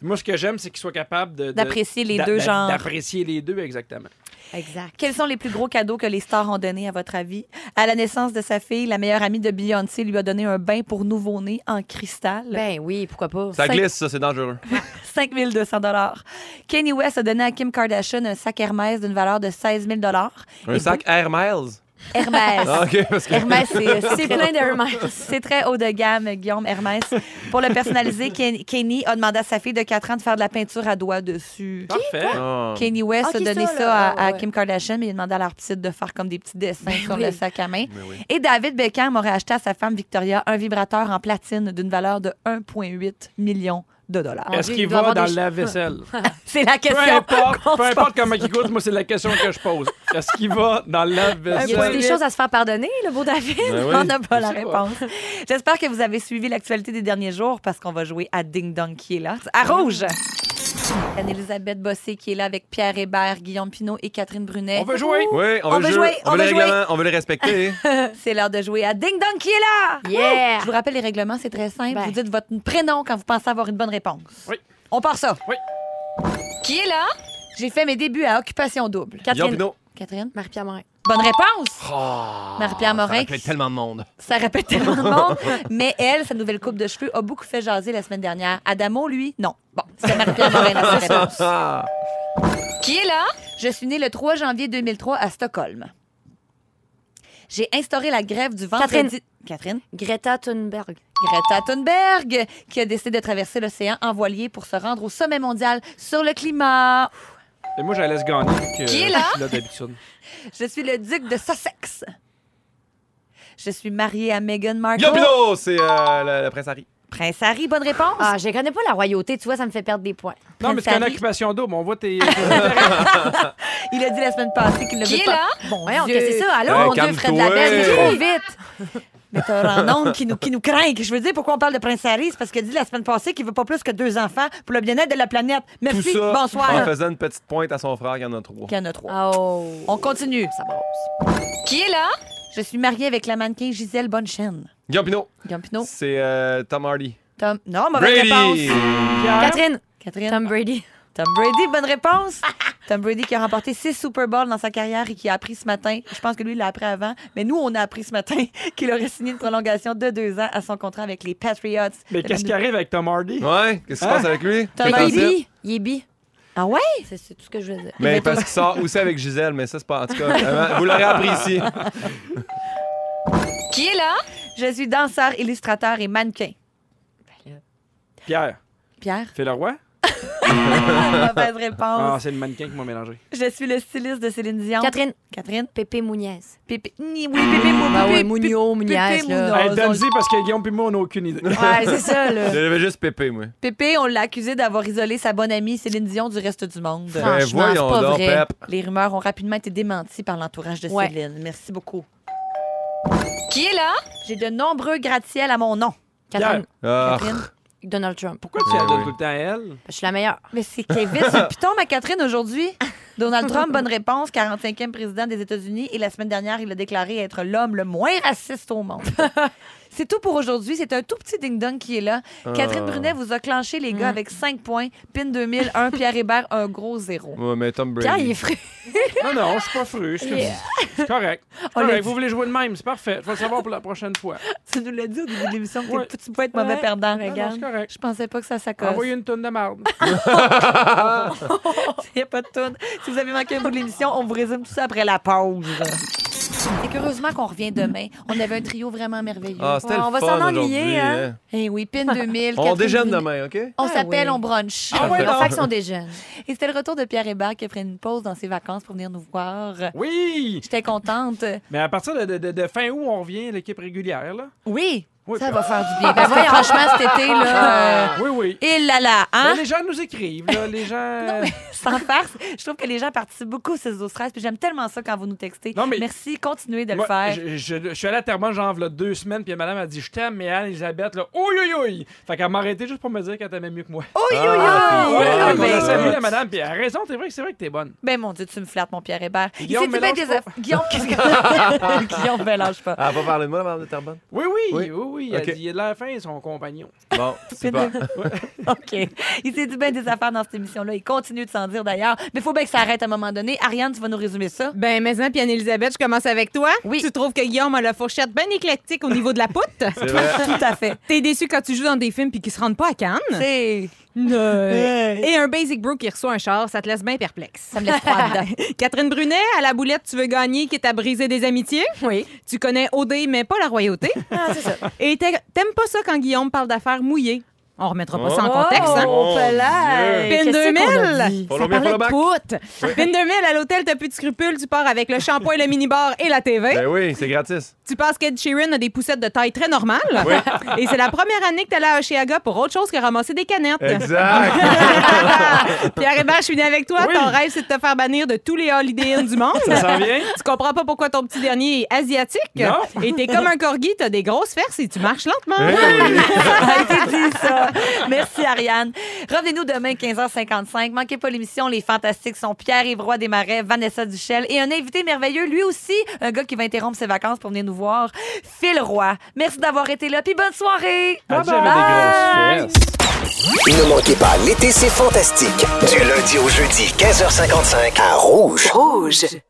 [SPEAKER 3] Moi, ce que j'aime, c'est qu'il soit capable de- de-
[SPEAKER 2] D'apprécier les
[SPEAKER 3] d'a-
[SPEAKER 2] deux
[SPEAKER 3] d'a-
[SPEAKER 2] genres.
[SPEAKER 3] D'apprécier les deux, exactement.
[SPEAKER 5] Exact.
[SPEAKER 2] Quels sont les plus gros cadeaux que les stars ont donnés, à votre avis? À la naissance de sa fille, la meilleure amie de Beyoncé lui a donné un bain pour nouveau-né en cristal.
[SPEAKER 5] Ben oui, pourquoi pas.
[SPEAKER 4] Ça
[SPEAKER 2] Cinq-
[SPEAKER 4] glisse, ça, c'est dangereux.
[SPEAKER 2] 5200 dollars. Kanye West a donné à Kim Kardashian un sac Hermès d'une valeur de 16 000 dollars.
[SPEAKER 4] Un sac Air Miles.
[SPEAKER 2] Hermès.
[SPEAKER 4] Ah, OK, parce que...
[SPEAKER 2] Hermès,
[SPEAKER 5] euh,
[SPEAKER 2] c'est c'est plein
[SPEAKER 5] d'Hermès.
[SPEAKER 2] C'est très haut de gamme, Guillaume Hermès. Pour le personnaliser, Ken- Kenny a demandé à sa fille de 4 ans de faire de la peinture à doigts dessus.
[SPEAKER 3] Parfait.
[SPEAKER 4] Ah.
[SPEAKER 2] Kanye West
[SPEAKER 5] Ah, qui
[SPEAKER 2] a donné
[SPEAKER 5] ça,
[SPEAKER 2] ça, à,
[SPEAKER 5] là? Ah,
[SPEAKER 2] à
[SPEAKER 5] ouais. Ben
[SPEAKER 2] Kim Kardashian, mais il a demandé à l'artiste de faire comme des petits dessins sur
[SPEAKER 5] oui.
[SPEAKER 2] le sac à main.
[SPEAKER 4] Mais oui.
[SPEAKER 2] Et David Beckham aurait acheté à sa femme Victoria un vibrateur en platine d'une valeur de 1,8 million de dollars.
[SPEAKER 3] Est-ce
[SPEAKER 5] Dieu,
[SPEAKER 3] qu'il
[SPEAKER 5] il doit
[SPEAKER 3] va
[SPEAKER 5] avoir
[SPEAKER 3] dans
[SPEAKER 5] des-
[SPEAKER 3] la vaisselle?
[SPEAKER 2] C'est la
[SPEAKER 3] Peu
[SPEAKER 2] question. qu'on
[SPEAKER 3] importe,
[SPEAKER 2] se
[SPEAKER 3] peu importe
[SPEAKER 2] pose.
[SPEAKER 3] comment il goûte, moi, c'est la question que je pose. Est-ce qu'il va dans la
[SPEAKER 5] Il y a
[SPEAKER 3] vaisselle?
[SPEAKER 5] des choses à se faire pardonner, le beau David?
[SPEAKER 4] Ben oui.
[SPEAKER 2] On n'a pas
[SPEAKER 3] je
[SPEAKER 2] la
[SPEAKER 3] sais
[SPEAKER 2] réponse. J'espère que vous avez suivi l'actualité des derniers jours parce qu'on va jouer à Ding Dong qui est là. À rouge! Anne-Elisabeth Bossé qui est là avec Pierre Hébert, Guillaume Pinot et Catherine Brunet.
[SPEAKER 3] On veut jouer.
[SPEAKER 4] Oui, on,
[SPEAKER 2] On
[SPEAKER 4] veut
[SPEAKER 2] veut
[SPEAKER 4] le jeu,
[SPEAKER 2] jouer, on
[SPEAKER 4] on veut les
[SPEAKER 2] veut jouer.
[SPEAKER 4] règlements, on veut les respecter.
[SPEAKER 2] C'est l'heure de jouer à Ding Dong qui est là!
[SPEAKER 5] Yeah!
[SPEAKER 2] Je vous rappelle les règlements, c'est très simple.
[SPEAKER 5] Ben.
[SPEAKER 2] Vous dites votre prénom quand vous pensez avoir une bonne réponse.
[SPEAKER 3] Oui.
[SPEAKER 2] On part ça.
[SPEAKER 3] Oui.
[SPEAKER 2] Qui est là? J'ai fait mes débuts à Occupation Double.
[SPEAKER 4] Guillaume
[SPEAKER 5] Catherine.
[SPEAKER 4] Pinot.
[SPEAKER 2] Catherine?
[SPEAKER 5] Marie-Pierre Morin.
[SPEAKER 2] Bonne réponse!
[SPEAKER 4] Oh,
[SPEAKER 2] Marie-Pierre
[SPEAKER 4] ça
[SPEAKER 2] Morin
[SPEAKER 4] rappelle
[SPEAKER 2] qui-
[SPEAKER 4] tellement de monde.
[SPEAKER 2] Ça répète tellement de monde. Mais elle, sa nouvelle coupe de cheveux, a beaucoup fait jaser la semaine dernière. Adamo, lui, non. Bon, c'est Marie-Pierre Morin, la vraie réponse.
[SPEAKER 4] Ah,
[SPEAKER 2] Qui est là? Je suis née le 3 janvier 2003 à Stockholm. J'ai instauré la grève du vendredi...
[SPEAKER 5] Catherine.
[SPEAKER 2] Catherine?
[SPEAKER 5] Greta Thunberg.
[SPEAKER 2] Greta Thunberg, qui a décidé de traverser l'océan en voilier pour se rendre au sommet mondial sur le climat.
[SPEAKER 3] Et moi, je la laisse gagner. Que
[SPEAKER 2] Qui est là?
[SPEAKER 3] je suis d'habitude.
[SPEAKER 2] Je suis le duc de Sussex. Je suis mariée à Meghan Markle.
[SPEAKER 4] Guillaume Pinot, c'est euh, le, le prince Harry.
[SPEAKER 2] Prince Harry, bonne réponse.
[SPEAKER 5] Ah, je connais pas la royauté, tu vois, ça me fait perdre des points.
[SPEAKER 3] Non, mais c'est une
[SPEAKER 2] Harry.
[SPEAKER 3] occupation double. On voit tes.
[SPEAKER 2] Il a dit la semaine passée qu'il ne
[SPEAKER 5] Qui
[SPEAKER 2] veut
[SPEAKER 5] est
[SPEAKER 2] pas.
[SPEAKER 5] là?
[SPEAKER 2] Bon, hein,
[SPEAKER 5] Voyons,
[SPEAKER 2] Dieu.
[SPEAKER 5] que c'est ça? Allô?
[SPEAKER 4] Euh,
[SPEAKER 2] mon Dieu, Fred
[SPEAKER 4] calme-toi.
[SPEAKER 2] Labelle, c'est trop vite. Mais t'as un nom qui nous, qui nous craint. Je veux dire, pourquoi on parle de Prince Harry? C'est parce qu'il a dit la semaine passée qu'il veut pas plus que deux enfants pour le bien-être de la planète.
[SPEAKER 4] Tout
[SPEAKER 2] Merci,
[SPEAKER 4] ça
[SPEAKER 2] bonsoir.
[SPEAKER 4] en faisant une petite pointe à son frère, il y en a trois.
[SPEAKER 2] Il y en a trois.
[SPEAKER 5] Oh.
[SPEAKER 2] On continue.
[SPEAKER 5] Ça brosse.
[SPEAKER 2] Je suis mariée avec la mannequin Gisèle Bonnechaîne.
[SPEAKER 4] Guillaume Pinot.
[SPEAKER 2] Guillaume Pinot.
[SPEAKER 4] C'est euh, Tom Hardy.
[SPEAKER 2] Tom. Non, mauvaise
[SPEAKER 4] Brady!
[SPEAKER 2] réponse.
[SPEAKER 5] Catherine,
[SPEAKER 2] Catherine.
[SPEAKER 5] Tom Brady.
[SPEAKER 2] Tom Brady, bonne réponse. Tom Brady qui a remporté six Super Bowls dans sa carrière et qui a appris ce matin, je pense que lui, il l'a appris avant, mais nous, on a appris ce matin qu'il aurait signé une prolongation de deux ans à son contrat avec les Patriots.
[SPEAKER 3] Mais qu'est-ce qui arrive avec Tom Hardy?
[SPEAKER 4] Ouais, qu'est-ce qui se passe avec lui?
[SPEAKER 2] Tom
[SPEAKER 4] Qu'est-ce
[SPEAKER 5] Il est
[SPEAKER 2] Hardy.
[SPEAKER 4] qu'il en sait?
[SPEAKER 5] bi. Il est bi.
[SPEAKER 2] Ah ouais?
[SPEAKER 5] C'est c'est tout ce que je veux dire.
[SPEAKER 4] Mais parce qu'il sort aussi avec Gisèle, mais ça, c'est pas. En tout cas, vraiment, vous l'aurez appris ici.
[SPEAKER 5] Qui est là?
[SPEAKER 2] Je suis danseur, illustrateur et mannequin.
[SPEAKER 3] Pierre,
[SPEAKER 2] Pierre,
[SPEAKER 3] fais le roi?
[SPEAKER 2] mauvaise
[SPEAKER 3] Ah,
[SPEAKER 2] réponse.
[SPEAKER 3] c'est le mannequin qui m'a mélangé.
[SPEAKER 2] Je suis le styliste de Céline Dion.
[SPEAKER 5] Catherine,
[SPEAKER 2] Catherine.
[SPEAKER 5] Pépé Mouniez.
[SPEAKER 2] Pépé. Ni- Oui, Pépé Mou-
[SPEAKER 5] Bah
[SPEAKER 2] Pépé-
[SPEAKER 5] ouais, Mounion,
[SPEAKER 2] Pépé
[SPEAKER 5] Mouniez, là.
[SPEAKER 2] Mounon.
[SPEAKER 3] Hey,
[SPEAKER 2] ils ont-
[SPEAKER 3] donne-y parce que Guillaume et moi, on n'a aucune idée.
[SPEAKER 5] Ouais, c'est ça, là.
[SPEAKER 4] J'avais juste pépé, moi.
[SPEAKER 2] Pépé, on l'a accusé d'avoir isolé sa bonne amie Céline Dion du reste du monde.
[SPEAKER 5] Franchement,
[SPEAKER 4] Ben
[SPEAKER 5] c'est pas
[SPEAKER 4] voyons donc,
[SPEAKER 5] vrai.
[SPEAKER 4] Pep.
[SPEAKER 2] Les rumeurs ont rapidement été démenties par l'entourage de
[SPEAKER 5] Ouais.
[SPEAKER 2] Céline. Merci beaucoup.
[SPEAKER 5] Qui est là?
[SPEAKER 2] J'ai de nombreux gratte-ciels à mon nom.
[SPEAKER 5] Catherine,
[SPEAKER 4] Ah,
[SPEAKER 2] Catherine.
[SPEAKER 5] Donald Trump.
[SPEAKER 3] Pourquoi tu la
[SPEAKER 4] Eh
[SPEAKER 3] donnes
[SPEAKER 4] oui.
[SPEAKER 3] tout le temps à elle?
[SPEAKER 5] Je suis la meilleure.
[SPEAKER 2] Mais c'est Kevin, c'est le piton, ma Catherine, aujourd'hui. Donald Trump, bonne réponse, 45e président des États-Unis. Et la semaine dernière, il a déclaré être l'homme le moins raciste au monde. c'est tout pour aujourd'hui. C'est un tout petit ding-dong qui est là.
[SPEAKER 4] Ah.
[SPEAKER 2] Catherine Brunet vous a clenché, les gars, avec 5 points. PIN 2001, Pierre Hébert, un gros zéro.
[SPEAKER 4] ouais, mais Tom Brady.
[SPEAKER 5] Pierre, il est frais.
[SPEAKER 3] Non, non, je suis pas fru. Je suis c'est correct. C'est
[SPEAKER 2] On l'a
[SPEAKER 3] correct.
[SPEAKER 2] dit.
[SPEAKER 3] Vous voulez jouer de même, c'est parfait. Je vais le savoir pour la prochaine fois.
[SPEAKER 2] Tu nous l'as dit au début de l'émission que
[SPEAKER 3] Ouais.
[SPEAKER 2] t'es- tu pouvais être mauvais
[SPEAKER 3] Ouais.
[SPEAKER 2] perdant.
[SPEAKER 3] Non, non, c'est correct.
[SPEAKER 2] Je pensais pas que ça s'accorde.
[SPEAKER 3] Envoyez une tonne de marde.
[SPEAKER 2] Il n'y a pas de toune. Si vous avez manqué un bout de l'émission, on vous résume tout ça après la pause. Et heureusement qu'on revient demain. On avait un trio vraiment merveilleux.
[SPEAKER 4] Ah, c'était
[SPEAKER 5] Ouais,
[SPEAKER 4] le
[SPEAKER 5] on va
[SPEAKER 4] fun
[SPEAKER 5] s'en ennuyer,
[SPEAKER 4] aujourd'hui,
[SPEAKER 5] hein.
[SPEAKER 4] hein.
[SPEAKER 2] Eh oui, PIN 2000.
[SPEAKER 4] On
[SPEAKER 2] Catherine
[SPEAKER 4] déjeune
[SPEAKER 2] Brunet.
[SPEAKER 4] demain, OK?
[SPEAKER 2] On
[SPEAKER 5] Ah
[SPEAKER 2] s'appelle,
[SPEAKER 5] oui.
[SPEAKER 2] on brunch.
[SPEAKER 5] En fac, sont des jeunes.
[SPEAKER 2] Et c'était le retour de Pierre Hébert qui a pris une pause dans ses vacances pour venir nous voir.
[SPEAKER 3] Oui!
[SPEAKER 2] J'étais contente.
[SPEAKER 3] Mais à partir de, de- de- de fin août, on revient à l'équipe régulière, là?
[SPEAKER 2] Oui,
[SPEAKER 3] Oui, Ah.
[SPEAKER 2] ça
[SPEAKER 3] puis-
[SPEAKER 2] va faire du bien. Parce que
[SPEAKER 5] voyons.
[SPEAKER 2] franchement, cet été, là... euh,
[SPEAKER 3] Oui, oui.
[SPEAKER 2] Il là là,
[SPEAKER 3] Mais
[SPEAKER 2] hein?
[SPEAKER 3] les gens nous écrivent, là. Les gens.
[SPEAKER 2] Non, mais sans farce, je trouve que les gens participent beaucoup aux 13 puis j'aime tellement ça quand vous nous textez.
[SPEAKER 3] Non, mais-
[SPEAKER 2] Merci, continuez de
[SPEAKER 3] Moi,
[SPEAKER 2] le faire.
[SPEAKER 3] Je, je- je suis allé à Terrebonne, genre, v'là deux semaines, puis madame a dit Je t'aime, mais Anne-Elisabeth, là, ouïe, ouïe, ouïe. Fait qu'elle m'a arrêté juste pour me dire qu'elle t'aimait mieux que moi.
[SPEAKER 2] Oui, oui,
[SPEAKER 4] Ah,
[SPEAKER 2] oui.
[SPEAKER 4] ouais,
[SPEAKER 2] Ah,
[SPEAKER 4] ouais,
[SPEAKER 3] donc,
[SPEAKER 2] ben,
[SPEAKER 3] on a
[SPEAKER 4] ouais.
[SPEAKER 3] salué la madame, puis elle a raison, c'est vrai, que c'est vrai que t'es bonne.
[SPEAKER 2] Ben mon Dieu, tu me flattes, mon Pierre Hébert. Il
[SPEAKER 3] Guillaume,
[SPEAKER 2] s'est dit ben
[SPEAKER 3] mélange
[SPEAKER 2] des
[SPEAKER 3] pas.
[SPEAKER 2] aff- Guillaume, qu'est-ce que... Guillaume, mélange pas.
[SPEAKER 4] Ah, pas parler de moi, la de Terrebonne?
[SPEAKER 3] Oui, oui,
[SPEAKER 4] Oui.
[SPEAKER 3] oui, oui. Elle
[SPEAKER 4] Ok.
[SPEAKER 3] dit, il est de la fin, son compagnon.
[SPEAKER 4] Bon, c'est pas.
[SPEAKER 2] OK. Il s'est dit bien des affaires dans cette émission-là. Il continue de s'en dire d'ailleurs. Mais il faut bien que ça arrête à un moment donné. Ariane, tu vas nous résumer ça?
[SPEAKER 6] Ben, maintenant, puis Anne-Elisabeth, je commence avec toi.
[SPEAKER 2] Oui.
[SPEAKER 6] Tu trouves que Guillaume a la fourchette bien éclectique au niveau de la poutre?
[SPEAKER 4] C'est vrai.
[SPEAKER 2] Tout à fait.
[SPEAKER 6] T'es déçu quand tu joues dans des films puis qu'ils se rendent pas à Cannes?
[SPEAKER 2] C'est...
[SPEAKER 6] Euh, Et un basic bro qui reçoit un char, ça te laisse bien perplexe.
[SPEAKER 2] Ça me laisse froide.
[SPEAKER 6] Catherine Brunet, à la boulette, tu veux gagner qui est à briser des amitiés?
[SPEAKER 5] Oui.
[SPEAKER 6] Tu connais OD, mais pas la royauté.
[SPEAKER 5] Ah, c'est ça.
[SPEAKER 6] Et t'a- t'aimes pas ça quand Guillaume parle d'affaires mouillées. On remettra pas ça en
[SPEAKER 5] Oh,
[SPEAKER 6] contexte, hein?
[SPEAKER 4] Mon Dieu.
[SPEAKER 5] palais.
[SPEAKER 6] Pin
[SPEAKER 5] Qu'est-ce qu'on a
[SPEAKER 6] 2000!
[SPEAKER 5] dit?
[SPEAKER 6] Ça
[SPEAKER 4] Follow me,
[SPEAKER 6] parlait
[SPEAKER 4] follow
[SPEAKER 6] de
[SPEAKER 4] back.
[SPEAKER 6] poutre. Pin 2000, à l'hôtel, t'as plus de scrupules, tu pars avec le shampoing, le minibar et la TV.
[SPEAKER 4] Ben oui, c'est gratis.
[SPEAKER 6] Tu penses qu'Ed Sheeran a des poussettes de taille très normale.
[SPEAKER 4] Oui.
[SPEAKER 6] Et c'est la première année que t'allais à Oshiaga pour autre chose que ramasser des canettes.
[SPEAKER 4] Exact.
[SPEAKER 6] Pierre Hébert, je suis née avec toi.
[SPEAKER 3] Oui.
[SPEAKER 6] Ton rêve, c'est de te faire bannir de tous les Holiday Inn du monde.
[SPEAKER 3] Ça s'en vient?
[SPEAKER 6] Tu comprends pas pourquoi ton petit dernier est asiatique.
[SPEAKER 3] Non.
[SPEAKER 6] Et t'es comme un corgi, t'as des grosses fesses et tu marches
[SPEAKER 4] Eh
[SPEAKER 6] lentement.
[SPEAKER 2] Ça a été dit, ça. Merci, Ariane. Revenez-nous demain, 15h55. Manquez pas l'émission. Les fantastiques sont Pierre-Yves Roy Desmarais, Vanessa Duchel et un invité merveilleux, lui aussi, un gars qui va interrompre ses vacances pour venir nous voir, Phil Roy. Merci d'avoir été là, puis bonne soirée.
[SPEAKER 3] Elle dit,
[SPEAKER 2] Bye-bye.
[SPEAKER 3] j'avais des grosses fesses.
[SPEAKER 1] Ne manquez pas, l'été, c'est fantastique. Du lundi au jeudi, 15h55, à Rouge. Rouge.